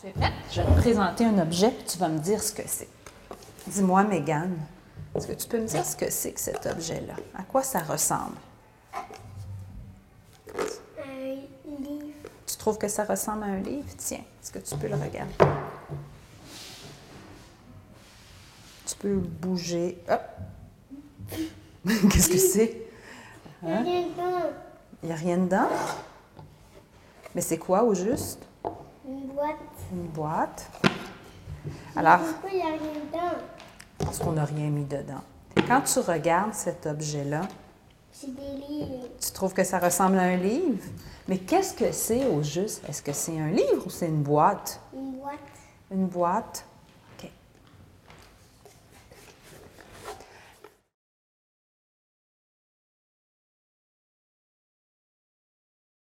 Tu es prête? Je vais te présenter un objet, puis tu vas me dire ce que c'est. Dis-moi, Mégane, est-ce que tu peux me dire ce que c'est que cet objet-là? À quoi ça ressemble? Un livre. Tu trouves que ça ressemble à un livre? Tiens, est-ce que tu peux le regarder? Tu peux le bouger. Hop! Qu'est-ce que c'est? Un livre. Il n'y a rien dedans? Mais c'est quoi au juste? Une boîte. Une boîte. Alors, Pourquoi il n'y a rien dedans? parce qu'on n'a rien mis dedans. Quand tu regardes cet objet-là, C'est des livres. tu trouves que ça ressemble à un livre, mais qu'est-ce que c'est au juste? Est-ce que c'est un livre ou c'est une boîte? Une boîte. Une boîte.